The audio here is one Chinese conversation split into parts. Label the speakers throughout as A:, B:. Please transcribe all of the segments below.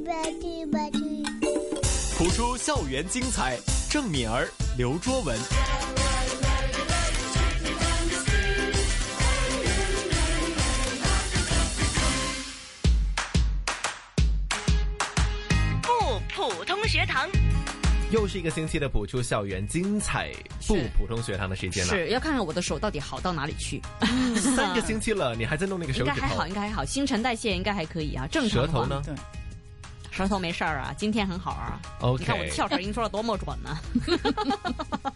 A: 吧去吧去。
B: 谱出校园精彩，郑敏儿、刘卓文。
C: 不普通学堂，
D: 又是一个星期的补出校园精彩不
E: 是
D: 普通学堂的时间了。
E: 是要看看我的手到底好到哪里去。
D: 三个星期了，你还在弄那个啊手
E: 应该
D: 指
E: 还
D: 头
E: 好，？应该还好，新陈代谢应该还可以啊，正常
D: 舌
E: 的话
D: 头呢？
F: 对，
E: 舌头没事儿啊，今天很好啊。
D: ？OK，
E: 你看我的跳水音说的多么准啊呢、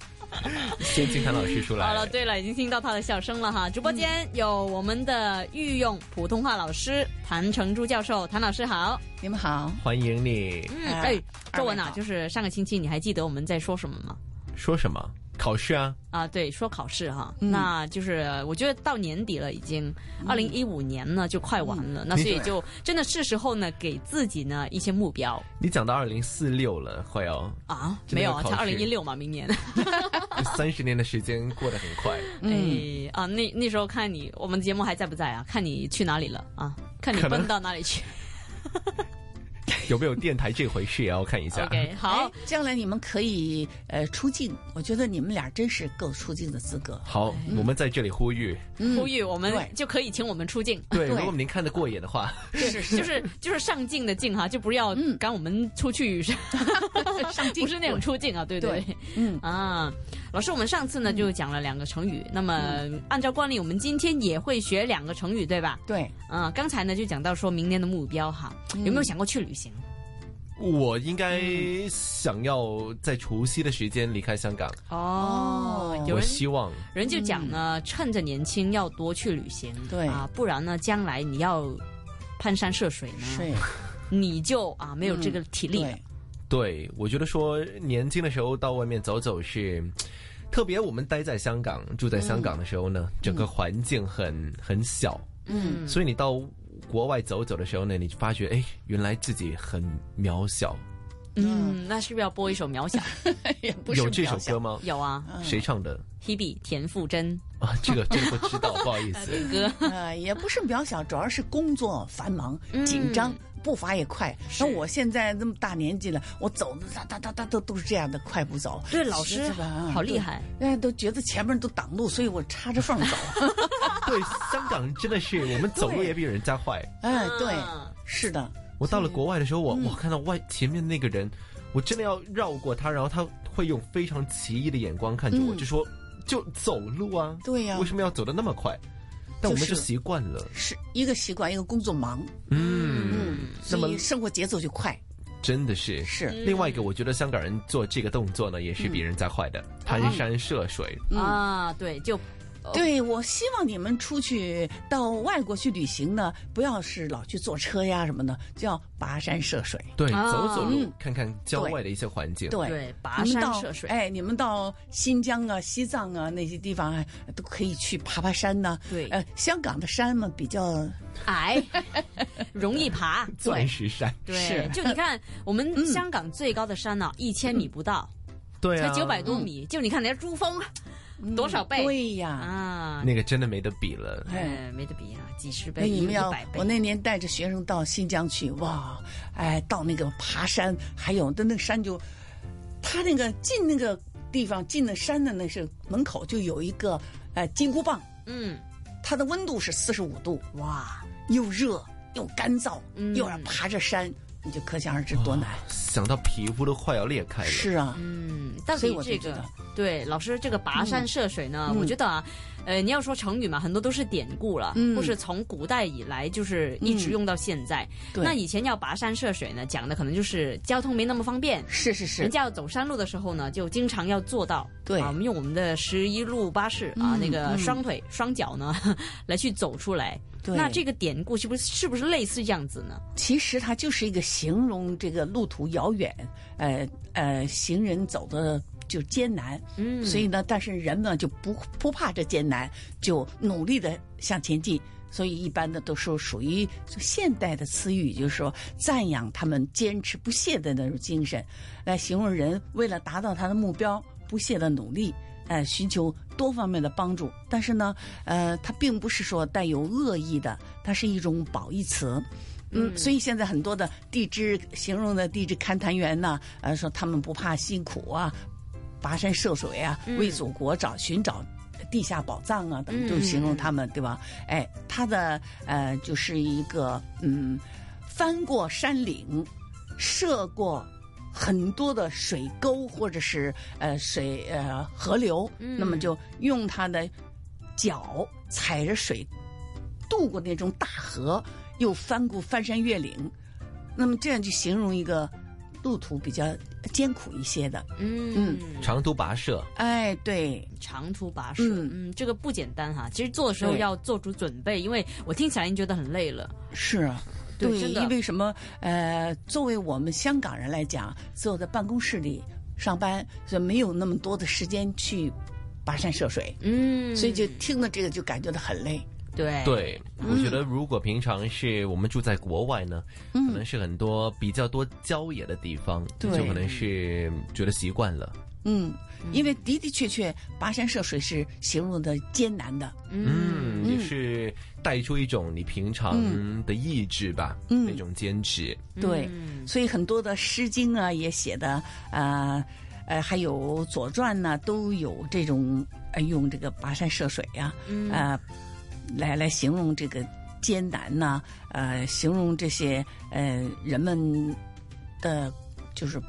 D: 先请谭老师 出来。
E: 好了，对了，已经听到他的笑声了哈。直播间有我们的御用普通话老师谭成珠教授，谭老师好。
F: 你们好。
D: 欢迎你。
E: 嗯，
F: 哎
E: 哎，周文
F: 二
E: 啊
F: 位，好
E: 就是上个星期你还记得我们在说什么吗？
D: 说什么？考试啊？
E: 啊，对，说考试哈，
F: 嗯
E: 那就是我觉得到年底了，已经二零一五年呢就快完了，
F: 嗯
E: 那所以就真的是时候呢给自己呢一些目标
D: 你讲到二零四六了，快 哦，
E: 啊，
D: 真的
E: 没有
D: 要
E: 啊，
D: 考
E: 才二
D: 试
E: 零一六嘛，明年。
D: 三十年的时间过得很快。
F: 嗯，
E: 哎啊，那那时候看你我们节目还在不在啊？看你去哪里了啊？看你
D: 可能
E: 奔到哪 里去
D: 有没有电台这回事也要看一下。
E: ？OK，好
F: 哎，，将来你们可以呃出镜，我觉得你们俩真是够出镜的资格。嗯
D: 好，我们在这里呼吁，
E: 嗯呼吁我们
F: 对
E: 就可以请我们出 镜，
D: 对，
F: 对
D: 如果您看得过眼的话，
F: 是是
E: 就是就是上镜的镜哈，就不要
F: 嗯
E: 赶我们 出去
F: 上镜
E: 不是那种出镜啊，对对
F: 对嗯
E: 啊，老师，我们上次呢就讲了两个成语，那么
F: 嗯
E: 按照惯例，我们今天也会学两个成语，对吧？
F: 对，
E: 啊，刚才呢就讲到说明年的目标哈，
F: 嗯
E: 有没有想过去旅行？
D: 我应该想要在除夕的时间离开香港。
F: 哦
E: 有
D: 我
E: 人
D: 希望
E: 人就讲呢，趁着年轻要多去旅行，
F: 嗯对
E: 啊，不然呢，将来你要攀山涉水呢，
F: 是，
E: 你就啊没有这个体力了。
F: 对，
D: 对，我觉得说年轻的时候到外面走走是，特别我们待在香港、住在香港的时候呢，整个环境很很小，
F: 嗯，
D: 所以你到国外走走的时候呢，你就发觉哎，原来自己很渺小。
E: 嗯，那是不是要播一首《渺 小》？
F: 也不是
D: 有这
F: 渺
D: 首
F: 小
D: 歌吗？
E: 有啊
F: 嗯
D: 谁唱的
E: ，Hebe 田馥甄
D: 啊？这个真不知 道，不好意思。
E: 歌。
F: 呃，也不是渺小，主要是工作繁忙、紧张，步伐也快。
E: 嗯是
F: 那我现在这么大年纪了，我走的哒哒哒哒都都是这样的快步走。
E: 对，老师
F: 是吧啊
E: 好厉
F: 对
E: 害。
F: 哎，都觉得前面都挡路，所以我插着缝走。
D: 对，香港真的是我们走路也比人家快。
F: 哎，对，
E: 嗯
F: 是的，
D: 我到了国外的时候，我我看到外前面那个人，我真的要绕过他，然后他会用非常奇异的眼光看着我，
F: 嗯
D: 就说就走路啊，
F: 对呀
D: 为什么要走得那么快？但我们
F: 就是
D: 就习惯了，
F: 是一个习惯，一个工作忙，
D: 嗯，那么
F: 所以生活节奏就快。
D: 真的是。
F: 是，
D: 另外一个，我觉得香港人做这个动作呢，也是比人家快的，攀山涉水。
F: 嗯。
E: 啊，对，就
F: 对，我希望你们出去到外国去旅行呢，不要是老去坐车呀什么的，就要跋山涉水。
D: 对，
E: 啊
D: 走走路
F: 嗯，
D: 看看郊外的一些环境。
F: 对，
E: 对跋
F: 你们
E: 山
F: 到
E: 涉水
F: 哎，你们到新疆啊、西藏啊那些地方啊，都可以去爬爬山呐、
E: 对
F: 呃，香港的山嘛比较
E: 矮，容易爬。
D: 钻石山，
E: 对
F: 是，嗯
E: 就你看我们香港最高的山呢，一千米不到，
D: 对
E: 才
D: 啊，
E: 九百多
F: 嗯
E: 米。就你看人家珠峰多少倍
F: 对呀。
E: 啊，
D: 那个真的没得比了。
F: 哎，
E: 哎，没得比啊，几十
F: 那
E: 倍，
F: 你们要
E: 一百倍
F: 我。那年带着学生到新疆去，哇，哎，到那个爬山，还有的那个山就，他那个进那个地方进那山的那是门口就有一个呃金箍棒，
E: 嗯，
F: 它的温度是四十五度，
E: 哇，
F: 又热又干燥，
E: 嗯
F: 又要爬着山，你就可想而知多难。
D: 想到皮肤都快要裂开了。
F: 是啊，
E: 嗯，到
F: 所以
E: 底
F: 我就
E: 这
F: 觉
E: 个
F: 得
E: 对老师这个跋山涉水呢，
F: 嗯
E: 我觉得啊，呃，你要说成语嘛，很多都是典故了，
F: 嗯
E: 或是从古代以来就是一直
F: 嗯
E: 用到现在。
F: 对
E: 那以前要跋山涉水呢，讲的可能就是交通没那么方便，
F: 是是是
E: 人，家要走山路的时候呢，就经常要做到，
F: 对
E: 啊，我们用我们的十一路巴士啊，
F: 嗯
E: 那个
F: 嗯
E: 双腿、双脚呢 来去走出来。
F: 对
E: 那这个典故是不是是不是类似这样子呢？
F: 其实它就是一个形容这个路途遥远，呃呃，行人走的就艰难，
E: 嗯
F: 所以呢，但是人呢就不不怕这艰难，就努力的向前进。所以一般的都是属于呃现代的词语，就是说赞扬他们坚持不懈的那种精神，来形容人为了达到他的目标不懈的努力。呃，寻求多方面的帮助，但是呢，呃，它并不是说带有恶意的，它是一种褒义词。嗯，所以现在很多的地质形容的地质勘探员呢，呃，说他们不怕辛苦啊，跋山涉水啊，为祖国找寻找。地下宝藏啊，等都形容他们，对吧？哎，他的呃，就是一个嗯，翻过山岭，涉过很多的水沟或者是呃水呃河流，那么就用他的脚踩着水渡过那种大河，又翻过翻山越岭，那么这样就形容一个路途比较艰苦一些的。
E: 嗯
D: 长途跋涉，
F: 哎，对，
E: 长途跋涉，
F: 嗯
E: 嗯，这个不简单哈。其实做的时候
F: 对
E: 要做足准备，因为我听起来已经觉得很累了。
F: 是啊。
E: 对
F: 对，
E: 真的
F: 因为什么？呃，作为我们香港人来讲，坐在办公室里上班，所以没有那么多的时间去跋山涉水，
E: 嗯，
F: 所以就听了这个就感觉到很累。
E: 对，
D: 对，我觉得如果平常是我们住在国外呢，可
E: 嗯
D: 能是很多比较多郊野的地方，
F: 嗯对
D: 就可能是觉得习惯了。
F: 嗯，因为的的确确，跋山涉水是形容的艰难的。
D: 嗯，也是带出一种你平常的意志吧，
F: 嗯
D: 那种坚持。
F: 对，
E: 嗯
F: 所以很多的《诗经》啊也写的，呃，呃，还有《左传》呢，都有这种呃用这个跋山涉水啊，呃，来来形容这个艰难呐、呃，形容这些呃人们的，就是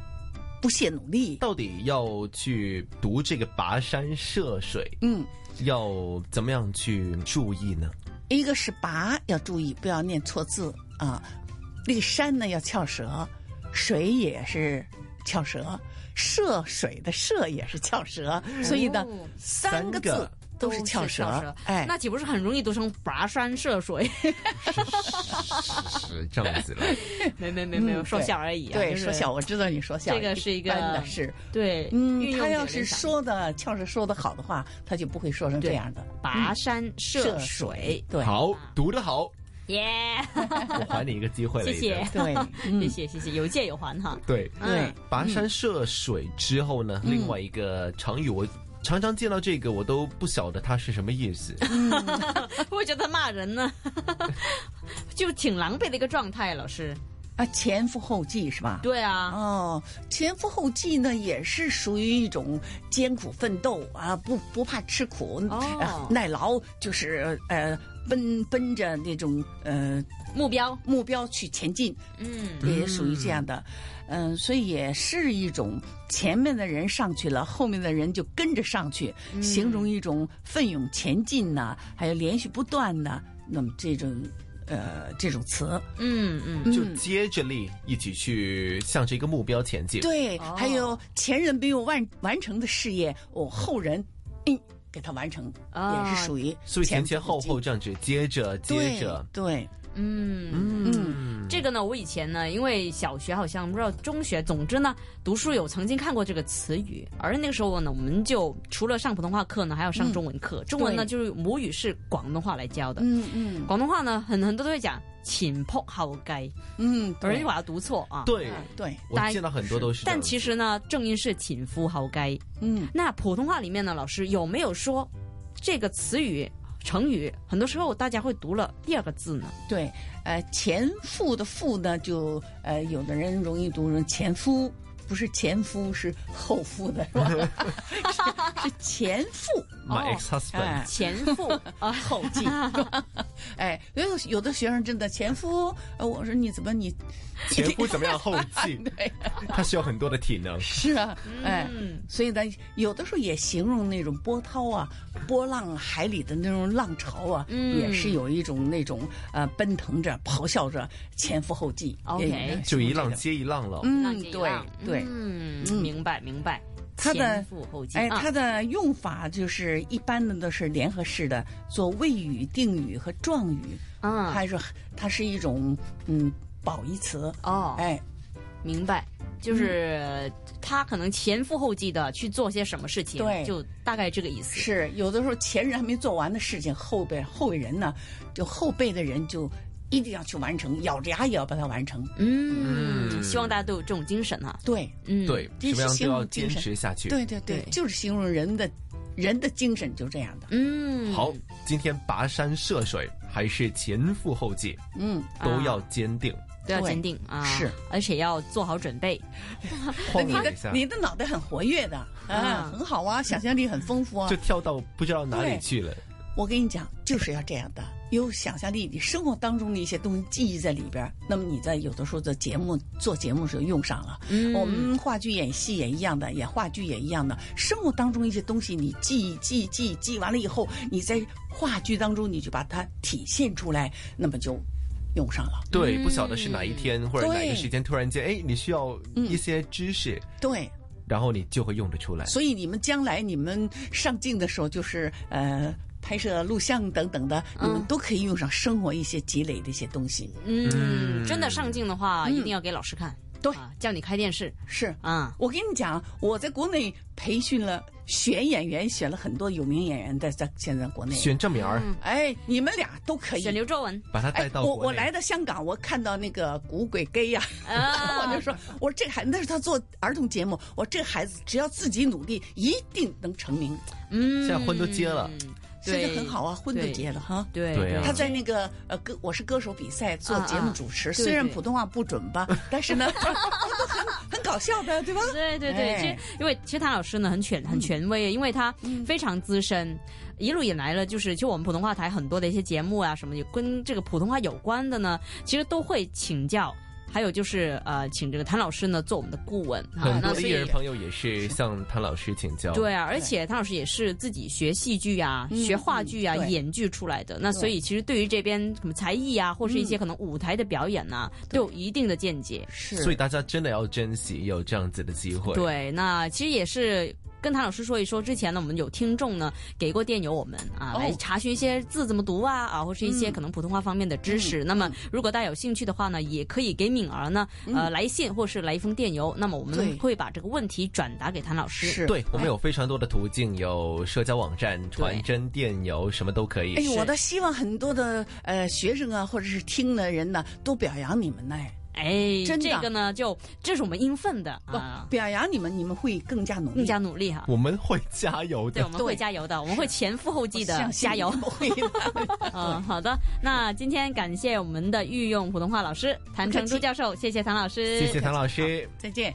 F: 不懈努力。
D: 到底要去读这个跋山涉水，
F: 嗯，
D: 要怎么样去注意呢？
F: 一个是跋，要注意不要念错字啊。那个山呢要翘舌，水也是翘舌，涉水的涉也是翘舌，所以呢，
E: 哦
F: 三个字都是翘舌。哎，
E: 那岂不是很容易读成跋山涉水？
D: 是这样子了。
E: 没没没没有，
F: 嗯
E: 说笑而已啊。
F: 对，
E: 就是
F: 说小，我知道你说小，
E: 这个是一个
F: 般的是。
E: 对，运
F: 嗯，
E: 用
F: 他要
E: 点
F: 是
E: 联想
F: 说的翘舌说的好的话，他就不会说成这样的
E: 跋山涉水，
F: 对，
D: 好，读得好，
E: 耶，
D: 我还你一个机会了。
E: 谢
D: 已经
E: 谢。
F: 对，
E: 谢
F: 嗯，
E: 谢谢谢，有借有还哈。
D: 对
E: 嗯，
D: 跋山涉水之后呢，
F: 嗯
D: 另外一个成语我。常常见到这个，我都不晓得它是什么意思。
F: 嗯
E: 我觉得骂人呢， 就挺狼狈的一个状态，老师。
F: 啊，前赴后继是吧？
E: 对啊，
F: 哦，前赴后继呢，也是属于一种艰苦奋斗啊，不不怕吃苦，
E: 哦
F: 呃耐劳，就是呃奔奔着那种呃
E: 目标，
F: 目标去前进，
E: 嗯
F: 也属于这样的。嗯、所以也是一种前面的人上去了，后面的人就跟着上去，形容一种奋勇前进呐、还有连续不断呐、那么这种呃这种词，
E: 嗯嗯，
D: 就接着力一起去向着一个目标前进。
F: 对，
E: 哦
F: 还有前人没有完完成的事业，我后人嗯给他完成，
E: 啊
F: 嗯也是属于
D: 所以前前后后
F: 赴
D: 这样子接着
F: 后继
D: 接着，
F: 对
E: 嗯，
D: 嗯，
E: 这个呢，我以前呢，因为小学好像不知道中学，总之呢，读书有曾经看过这个词语，而那个时候呢，我们就除了上普通话课呢，还要上中文课。中文呢，
F: 嗯对
E: 就是母语是广东话来教的，
F: 对，嗯嗯
E: 广东话呢，很很多都会讲前仆后继，
F: 嗯，
E: 有人
F: 对
E: 就把它读错啊。
D: 对，
F: 对，
D: 我
E: 但
D: 见到很多都是这样
E: 但
D: 子。
E: 其实呢，正音是前仆后继。
F: 嗯
E: 那普通话里面呢，老师有没有说这个词语、成语，很多时候大家会读了第二个字呢？
F: 对，呃，前夫的夫呢，就呃有的人容易读成前夫。不是前夫，是后夫的是吧？ 是是前夫，
D: my
E: 哦
D: ex husband，
F: 哎
E: 前夫啊，后继。
F: 哎，有有的学生真的前夫，呃，我说你怎么你
D: 前夫怎么样后继，
F: 对，
D: 他需要很多的体能。
F: 是啊， 哎，
E: 嗯
F: 所以呢，有的时候也形容那种波涛啊、波浪、海里的那种浪潮啊，
E: 嗯
F: 也是有一种那种呃奔腾着、咆哮着、前赴后继。
E: OK
F: 也有
D: 就一浪接一浪了，
E: 浪
F: 嗯，
E: 姐一
F: 对
E: 浪
F: 对。
E: 嗯，
F: 嗯
E: 明白明白。
F: 它的
E: 前赴后继，
F: 哎，
E: 啊
F: 它的用法就是一般的都是联合式的，做谓语、定语和状语。
E: 啊
F: 它是它是一种嗯褒义词。
E: 哦，
F: 哎，
E: 明白，就是他可能前赴后继的去做些什么事情，
F: 对
E: 就大概这个意思。
F: 是有的时候前人还没做完的事情，后辈后辈人呢，就后辈的人就一定要去完成，咬着牙也要把它完成。
E: 嗯，
D: 嗯
E: 希望大家都有这种精神哈。
F: 对，
E: 嗯，
D: 对，什
F: 真
D: 么
F: 是
D: 样都
F: 形
D: 要
F: 容
D: 坚
F: 精神
D: 持下去。
F: 对对对，
E: 对
F: 就是形容人的人的精神就这样的。
E: 嗯，
D: 好，今天跋山涉水，还是前赴后继，
F: 嗯，
D: 都要坚定。
E: 都要
F: 对
E: 坚定啊，
F: 是，哦
E: 而且要做好准备。
D: 晃
F: 你
D: 了
F: 的
D: 一下，
F: 你的脑袋很活跃的啊，
E: 嗯
F: 很好啊，想象力很丰富啊
D: 就。跳到不知道哪里
F: 对
D: 去了。
F: 我跟你讲，就是要这样的，有想象力，你生活当中的一些东西记忆在里边儿，那么你在有的时候的节目做节目时候用上了。
E: 嗯
F: 我们话剧演戏也一样的，演话剧也一样的，生活当中一些东西你记忆记忆记忆记忆完了以后，你在话剧当中你就把它体现出来，那么就用上了。
D: 对，不晓得是哪一天或者哪一个
F: 对
D: 时间，突然间，哎，你需要一些知识，
F: 对，
D: 然后你就会用得出来。
F: 所以你们将来你们上镜的时候，就是呃拍摄、录像等等的，你们都可以用上生活一些积累的一些东西。
E: 嗯，真的上镜的话，
F: 嗯
E: 一定要给老师看，
F: 对
E: 啊，叫你开电视
F: 是
E: 啊，
F: 我跟你讲，我在国内培训了选演员，选了很多有名演员在在现在国内。
D: 选郑敏儿，
F: 哎，你们俩都可以。
E: 选刘卓文
D: 把他 带
F: 哎，
D: 到
F: 我我
D: 国内
F: 来到香港，我看到那个古鬼 gay 呀、
E: 啊，
F: 我就说，我说这孩子那是他做儿童节目，我说这孩子只要自己努力，一定能成名，
E: 嗯，
D: 现在婚都结了，
F: 现
E: 对，
F: 在很好啊，婚都
E: 对
F: 结了哈。
E: 对
D: 对啊
F: 他在那个呃歌我是歌手比赛做
E: 啊
F: 节目
E: 啊
F: 主持，
E: 对
F: 虽然
E: 对
F: 普通话不准 吧，但是呢，他都很很搞笑的，对吧？
E: 对对对，
F: 哎
E: 其实因为其实谭老师呢很权很权威，因为他非常资深，一路以来呢，就是就我们普通话台很多的一些节目啊，什么有跟这个普通话有关的呢，其实都会请教。还有就是呃，请这个谭老师呢做我们的顾问啊，
D: 很
E: 那
D: 多
E: 所
D: 的艺
E: 以
D: 人朋友也是向谭老师请教。
E: 对啊，而
F: 对
E: 且谭老师也是自己学戏剧啊、
F: 嗯
E: 学话剧啊、
F: 嗯对
E: 演剧出来的，那所以其实对于这边什么才艺啊，或是一些可能舞台的表演呐、都有一定的见解。
F: 是
D: 所以大家真的要珍惜有这样子的机会。，
E: 对，那其实也是。跟谭老师说一说，之前呢，我们有听众呢给过电邮我们啊，
F: 哦嗯
E: 来查询一些字怎么读啊，啊，或是一些可能普通话方面的知识。那么，如果大家有兴趣的话呢，也可以给敏儿呢，呃，来信或是来一封电邮。那么我们
F: 嗯对
E: 会把这个问题转达给谭老师。
F: 是
D: 对我们有非常多的途径，有社交网站、传真、电邮，什么都可以。
F: 哎，我倒希望很多的呃学生啊，或者是听的人呢，都表扬你们呢，
E: 哎，
F: 真的哦
E: 这个呢，就这是我们应分的啊，
F: 表扬你们，你们会更加努力，
E: 更加努力哈。
D: 我们会加油
E: 对，
D: 的
E: 我。们会
F: 哦对
E: 加油的，我们会前赴后继
F: 记
E: 的
F: 得
E: 加油。
F: 会的。
E: 嗯，好的。那今天感谢我们的御用普通话老师谭成珠教授，谢谢谭老师，
D: 谢谢谭老师。
F: 再见。